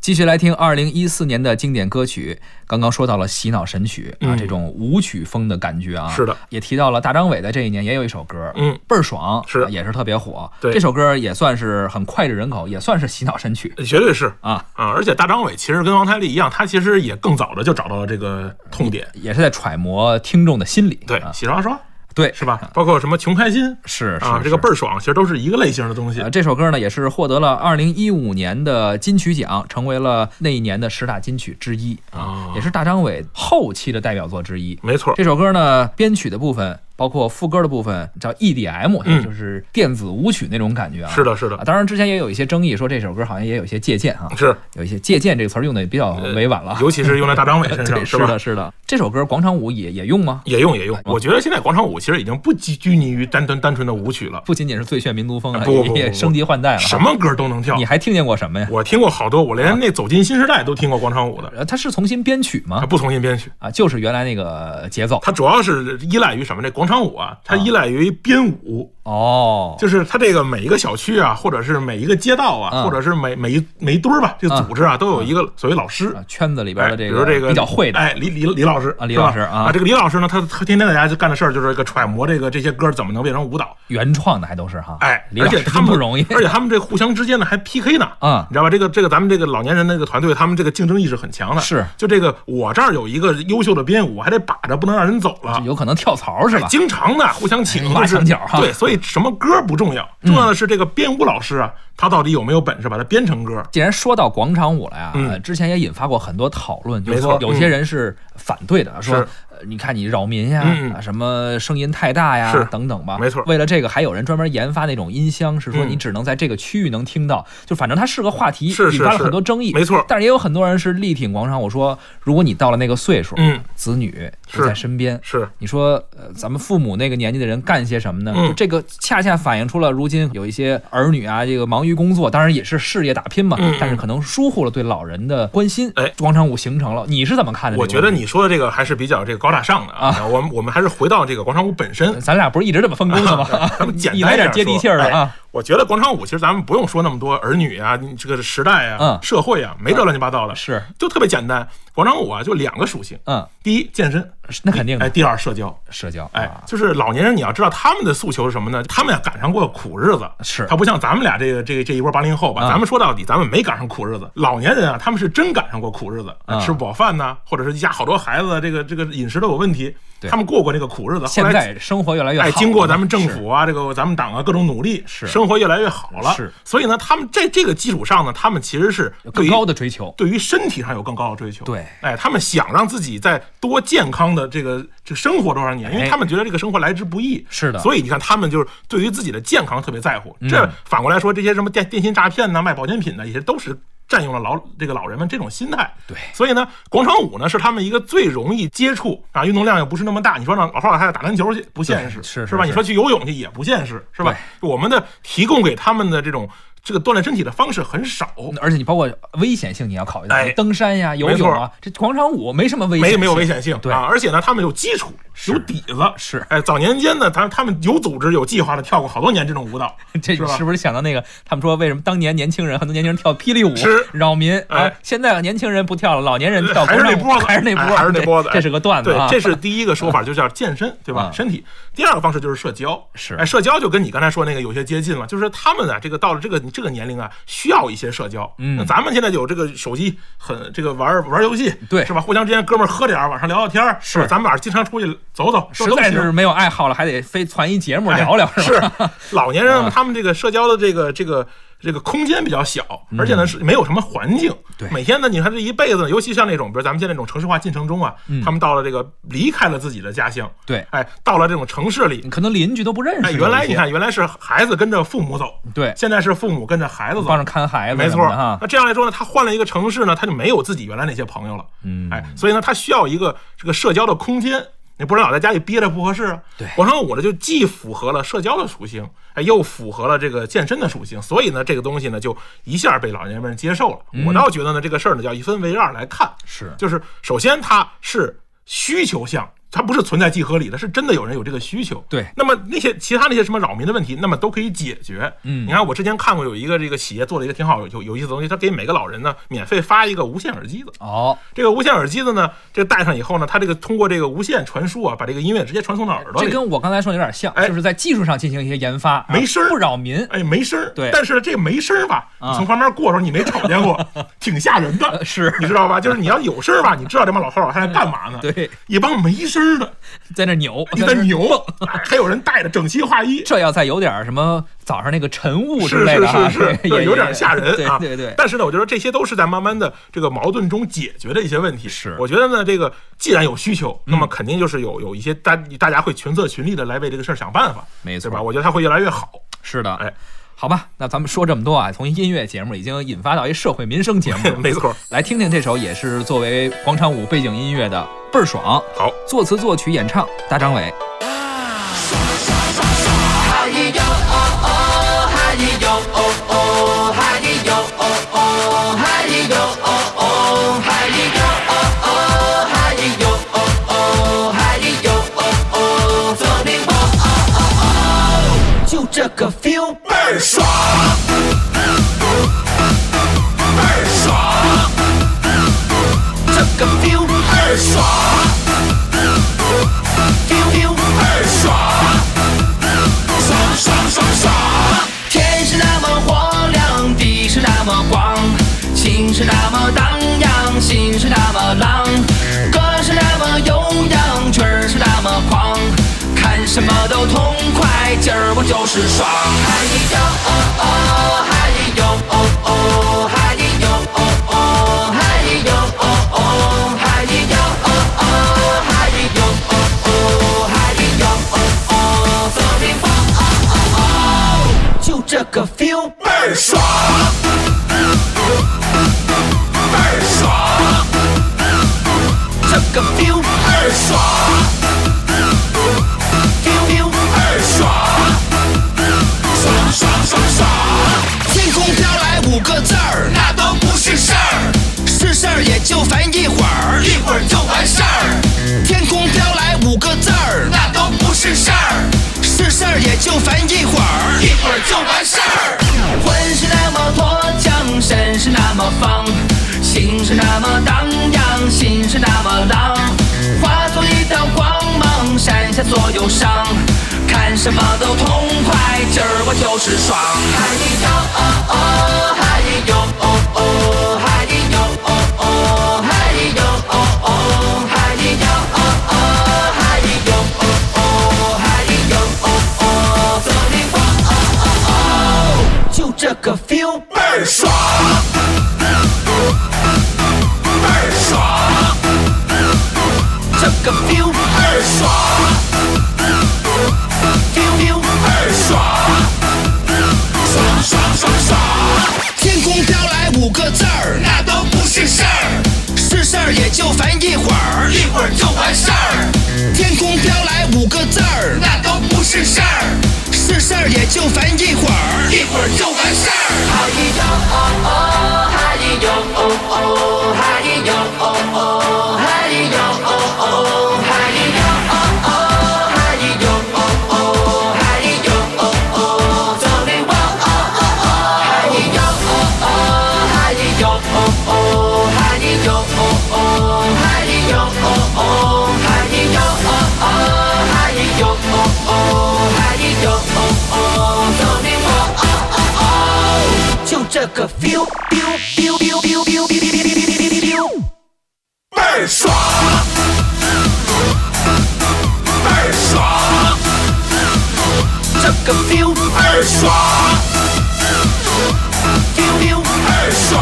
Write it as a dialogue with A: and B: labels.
A: 继续来听二零一四年的经典歌曲。刚刚说到了洗脑神曲啊，
B: 嗯
A: 这种舞曲风的感觉啊，
B: 是的，
A: 也提到了大张伟在这一年也有一首歌，
B: 嗯，
A: 倍儿爽，
B: 是
A: 啊也是特别火。
B: 对
A: 这首歌也算是很脍炙人口，也算是洗脑神曲
B: 绝对是
A: 啊，
B: 啊！而且大张伟其实跟王太利一样，他其实也更早的就找到了这个痛点。
A: 也是在揣摩听众的心理。
B: 对，
A: 啊
B: 洗刷刷
A: 对，
B: 是吧？包括什么穷开心
A: 是
B: 啊，
A: 是
B: 这
A: 是
B: 个倍儿爽，其实都是一个类型的东西
A: 呃，。这首歌呢也是获得了二零一五年的金曲奖，成为了那一年的十大金曲之一啊
B: 哦，
A: 也是大张伟后期的代表作之一。
B: 没错，
A: 这首歌呢，编曲的部分包括副歌的部分叫 E EDM，、
B: 嗯
A: 就是电子舞曲那种感觉啊。
B: 是的，是
A: 啊，
B: 的，
A: 当然之前也有一些争议，说这首歌好像也有一些借鉴啊，
B: 是，
A: 有一些借鉴这个词儿用的也比较委婉了。
B: 尤其是用在大张伟身
A: 啊 对，
B: 上，
A: 是
B: 吧？
A: 的，是啊的。这首歌广场舞也也用吗？
B: 也用也用，我觉得现在广场舞其实已经不拘拘泥于单单单纯的舞曲了，
A: 不仅仅是最炫民族风了，啊
B: 啊不不不不
A: 也升级换代了。
B: 什？么歌都能跳
A: 你。还听见过什么呀？
B: 我听过好多，我连那《走进新时代》都听过广场舞的，
A: 呃，它是重新编曲吗
B: 它？不重新编曲，
A: 啊，就是原来那个节奏。
B: 它主要是依赖于什么？这广场舞啊，它依赖于编舞，
A: 哦，
B: 就是它这个每一个小区啊，或者是每一个街道啊，
A: 嗯
B: 或者是每每一每一堆儿吧，这个组织啊，都有一个所谓老师
A: 啊，圈子里边
B: 哎，
A: 的这
B: 比如这个
A: 比较会的，
B: 哎，李李李老师
A: 啊李
B: 是吧
A: 老师啊
B: 这个李老师呢，他他天天在家就干的事儿就是这个揣摩这个这些歌怎么能变成舞蹈，
A: 原创的还都是哈。
B: 哎，
A: 李
B: 而
A: 老
B: 且
A: 师
B: 他
A: 真
B: 们
A: 不容易。
B: 而且他们这互相之间呢还 PK 呢，
A: 啊
B: 你知道吧？这个这个咱们这个老年人那个团队，他们这个竞争意识很强的，
A: 是
B: 就这个我这儿有一个优秀的编舞，我还得把着，不能让人走了。
A: 有可能跳槽是吧？
B: 经常的互相请，
A: 挖墙角哈
B: 哎
A: 嗯
B: 对，所以什么歌不重要，重要的是这个编舞老师啊，他到底有没有本事把它编成歌？
A: 既然说到广场舞了呀，
B: 嗯
A: 呃之前也引发过很多讨论，就是说
B: 没错嗯
A: 有些人是反对的，说
B: 是
A: 呃你看你扰民呀，
B: 嗯嗯
A: 啊什么声音太大
B: 是
A: 呀，等等吧。
B: 没错
A: 为了这个，还有人专门研发那种音箱，是说
B: 嗯
A: 你只能在这个区域能听到，就反正它是个话题，
B: 是是
A: 引发了
B: 是
A: 很多争议。
B: 没错
A: 但是也有很多人是力挺广场舞，说如果你到了那个岁数，
B: 嗯，
A: 子女不
B: 是
A: 在身边，
B: 是
A: 你说，呃，咱们父母那个年纪的人干些什么呢？
B: 嗯
A: 就这个恰恰反映出了如今有一些儿女啊，这个忙于工作，当然也是事业打拼嘛，
B: 嗯嗯
A: 但是可能疏忽了对老人的关心。
B: 哎
A: 广场舞形成了，你是怎么看的？
B: 我觉得，你说的这个还是比较这个高大上的啊。我们我们还是回到这个广场舞本身，
A: 咱俩不 是一直这么分工 的吗？
B: 咱们简单
A: 你来点
B: 说
A: 接地气儿的啊。
B: 哎我觉得广场舞其实咱们不用说那么多儿女啊，你这个时代啊、
A: 嗯
B: 社会啊，没这乱七八糟的，
A: 是，
B: 就特别简单。广场舞啊，就两个属性，
A: 嗯，
B: 第一健身，
A: 是那肯定
B: 哎，
A: 的，
B: 第二社交。
A: 社交，
B: 哎
A: 啊，
B: 就是老年人，你要知道他们的诉求是什么呢？他们呀赶上过苦日子，
A: 是
B: 他不像咱们俩这个这个这一波八零后吧？
A: 嗯
B: 咱们说到底，咱们没赶上苦日子。老年人啊，他们是真赶上过苦日子，
A: 嗯
B: 吃不饱饭呐，或者是一家好多孩子，啊这个这个饮食都有问题，
A: 对
B: 他们过过那个苦日子。后
A: 现
B: 来
A: 在生活越来越好
B: 哎，
A: 了嘛，
B: 经过咱们政
A: 是
B: 府啊，这个咱们党啊各种努力，
A: 是
B: 生活越来越好了。
A: 是，
B: 所以呢，他们在这个基础上呢，他们其实是
A: 有
B: 对
A: 更
B: 于
A: 高的追求，
B: 对于身体上有更高的追求。
A: 对
B: 哎，他们想让自己在多健康的这个这个生活多少年，因
A: 哎
B: 为他们觉得这个生活来之不易。
A: 是的嗯
B: 所以你看，他们就是对于自己的健康特别在乎。这反过来说，这些什么电电信诈骗呐、卖保健品呐，也都是。占用了老这个老人们这种心态，
A: 对
B: 所以呢，广场舞呢是他们一个最容易接触啊，运动量又不是那么大。你说让老头老太太打篮球去不现实，
A: 对是
B: 吧？
A: 是
B: 你说去游泳去也不现实，是吧？我们的提供给他们的这种这个锻炼身体的方式很少，
A: 而且你包括危险性，你要考虑到
B: 哎
A: 登山呀、游
B: 没错
A: 泳啊，这广场舞没什么危险
B: 没
A: 性，
B: 没有危险性，
A: 对
B: 啊，而且呢，他们有基础，
A: 是
B: 有底子，
A: 是
B: 哎，早年间呢，他他们有组织、有计划的跳过好多年这种舞蹈，
A: 这
B: 是吧
A: 是不是想到那个？他们说为什么当年年轻人很多年轻人跳霹雳舞
B: 是
A: 扰民啊
B: 哎？
A: 现在年轻人不跳了，老年人跳
B: 还是那波
A: 波
B: 子，
A: 还是那
B: 哎
A: 波，
B: 还是那波子
A: 这这是个段子
B: 对
A: 啊，。
B: 这是第一个说法，就叫健身，对吧
A: 啊？
B: 身体。第二个方式就是社交，
A: 是
B: 哎，社交就跟你刚才说那个有些接近了，就是他们啊，这个到了这个这个年龄啊，需要一些社交。
A: 嗯
B: 那咱们现在有这个手机，很这个玩玩游戏，
A: 对
B: 是吧？互相之间哥们儿喝点儿，晚上聊聊天儿，
A: 是
B: 吧咱们晚上经常出去走走，都
A: 实
B: 都
A: 在
B: 行
A: 是没有爱好了，还得非传一节目聊聊， 是吧？
B: 是老年
A: 啊
B: 人他们这个社交的这个这个这个空间比较小，而且呢是没有什么环境。
A: 嗯对
B: 每天呢，你看这一辈子，尤其像那种，比如咱们现在这种城市化进程中啊，
A: 嗯
B: 他们到了这个离开了自己的家乡，
A: 对
B: 哎，到了这种城市里，
A: 你可能邻居都不认
B: 哎，
A: 识。
B: 原
A: 嗯
B: 来
A: 有一
B: 你
A: 些嗯
B: 看，原来是孩子跟着父母走，
A: 对，
B: 现在是父母跟着孩子走
A: 帮。着看孩子
B: 没
A: 什
B: 错
A: 么的哈，
B: 那这样来说呢，他换了一个城市呢，他就没有自己原来那些朋友了。
A: 嗯
B: 哎，所以呢，他需要一个这个社交的空间。你不能老在家里憋着不合适啊。
A: 对
B: 广场舞呢就既符合了社交的属性，哎，又符合了这个健身的属性，所以呢，这个东西呢就一下被老年人接受了。
A: 嗯
B: 我倒觉得呢，这个事儿呢要一分为二来看，
A: 是
B: 就是首先它是需求项，它不是存在即合理的，是真的有人有这个需求。
A: 对，
B: 那么那些其他那些什么扰民的问题，那么都可以解决。
A: 嗯
B: 你看我之前看过有一个这个企业做了一个挺好有有意思的东西，他给每个老人呢免费发一个无线耳机子。
A: 哦，
B: 这个无线耳机子呢，这个戴上以后呢，它这个通过这个无线传输啊，把这个音乐直接传送到耳朵
A: 这
B: 里，
A: 跟我刚才说的有点像，
B: 哎
A: 就是在技术上进行一些研发，啊
B: 没声儿
A: 不扰民。
B: 哎没声儿。
A: 对
B: 但是这个没声儿吧，
A: 啊
B: 你从旁边过的时候你没瞅见过，挺吓人的
A: 呃。 是，
B: 你知道吧？就是你要有声儿吧，你知道这帮老头老太太干嘛呢？
A: 对，
B: 一帮没声儿的，
A: 在那扭，
B: 你在牛，哎还有人戴着整齐划 一，
A: 这要再有点什么早上那个晨雾之
B: 是
A: 类
B: 是
A: 的哈，
B: 是 是，
A: 也
B: 对，
A: 也
B: 有点吓人啊。
A: 对对对，
B: 但是呢，我觉得这些都是在慢慢的这个矛盾中解决的一些问题。
A: 是嗯
B: 我觉得呢，这个既然有需求，那么肯定就是有有一些大大家会群策群力的来为这个事儿想办法，
A: 没
B: 对
A: 错
B: 吧？，我觉得它会越来越好。
A: 是的，
B: 哎，
A: 好吧，那咱们说这么多啊，从音乐节目已经引发到一社会民生节目了，
B: 没错，
A: 来听听这首也是作为广场舞背景音乐的《倍儿爽》，
B: 好。
A: 作词作曲演唱大张伟。
C: 嗨哟哦哦，嗨哟哦哦，嗨哟哦哦，嗨哟哦哦，嗨哟哦哦，嗨哟哦哦，嗨哟哦哦，走你我哦哦哦，就这个 feel 倍儿爽，倍儿爽，这个 feel 倍儿爽，feel feel 倍儿爽。爽爽爽爽！天是那么荒凉，地是那么广，情是那么荡漾，心是那么浪，歌是那么悠扬，曲儿是那么狂，看什么都痛快，今儿我就是爽！嗨哟哦哦，嗨哟哦哦，嗨哟哦哦，嗨哟哦哦，嗨哟哦哦，嗨哟哦哦，嗨哟哦哦，走你我。就这个 feel 倍儿爽，倍儿爽，这个 feel 倍儿爽，feel feel 倍儿爽。爽爽爽爽！天空飘来五个字儿，那都不是事儿，是事儿也就烦一会儿，一会儿就完事儿。天空飘来五个字儿，那都不是事儿，是事儿也就烦一会儿，一会儿就完事儿。魂是那么脱缰，身是那么放，心是那么荡漾，心是那么浪，化作一道光芒，闪下所有伤。看什么都痛快，今儿我就是爽！嗨哟哦哦，嗨哟哦哦，嗨哟哦哦，嗨哟哦哦，嗨哟哦哦，嗨哟哦哦，嗨哟哦哦，走你我哦哦哦，就这个 feel 倍儿爽，倍儿爽，这个 feel 倍儿爽。feel feel 倍儿爽，爽爽爽爽！天空飘来五个字儿，那都不是事儿，是事儿也就烦一会儿，一会儿就完事儿。天空飘来五个字儿，那都不是事儿，是事儿也就烦一会儿，一会儿就完事儿。嗨哟哦哦，嗨哟哦哦，嗨哟哦哦，嗨哟哦哦，嗨哟哦哦，嗨哟哦哦，嗨哟哦哦，走你我哦哦哦，嗨哟哦哦，嗨哟哦哦，嗨哟哦哦，嗨哟哦哦，嗨哟哦哦，嗨哟哦哦，嗨哟哦哦，走你我哦哦哦，就这个 feel feel feel feel feel feel feel feel feel。倍儿爽，倍儿爽，这个 feel 倍儿爽，feel feel 倍儿爽，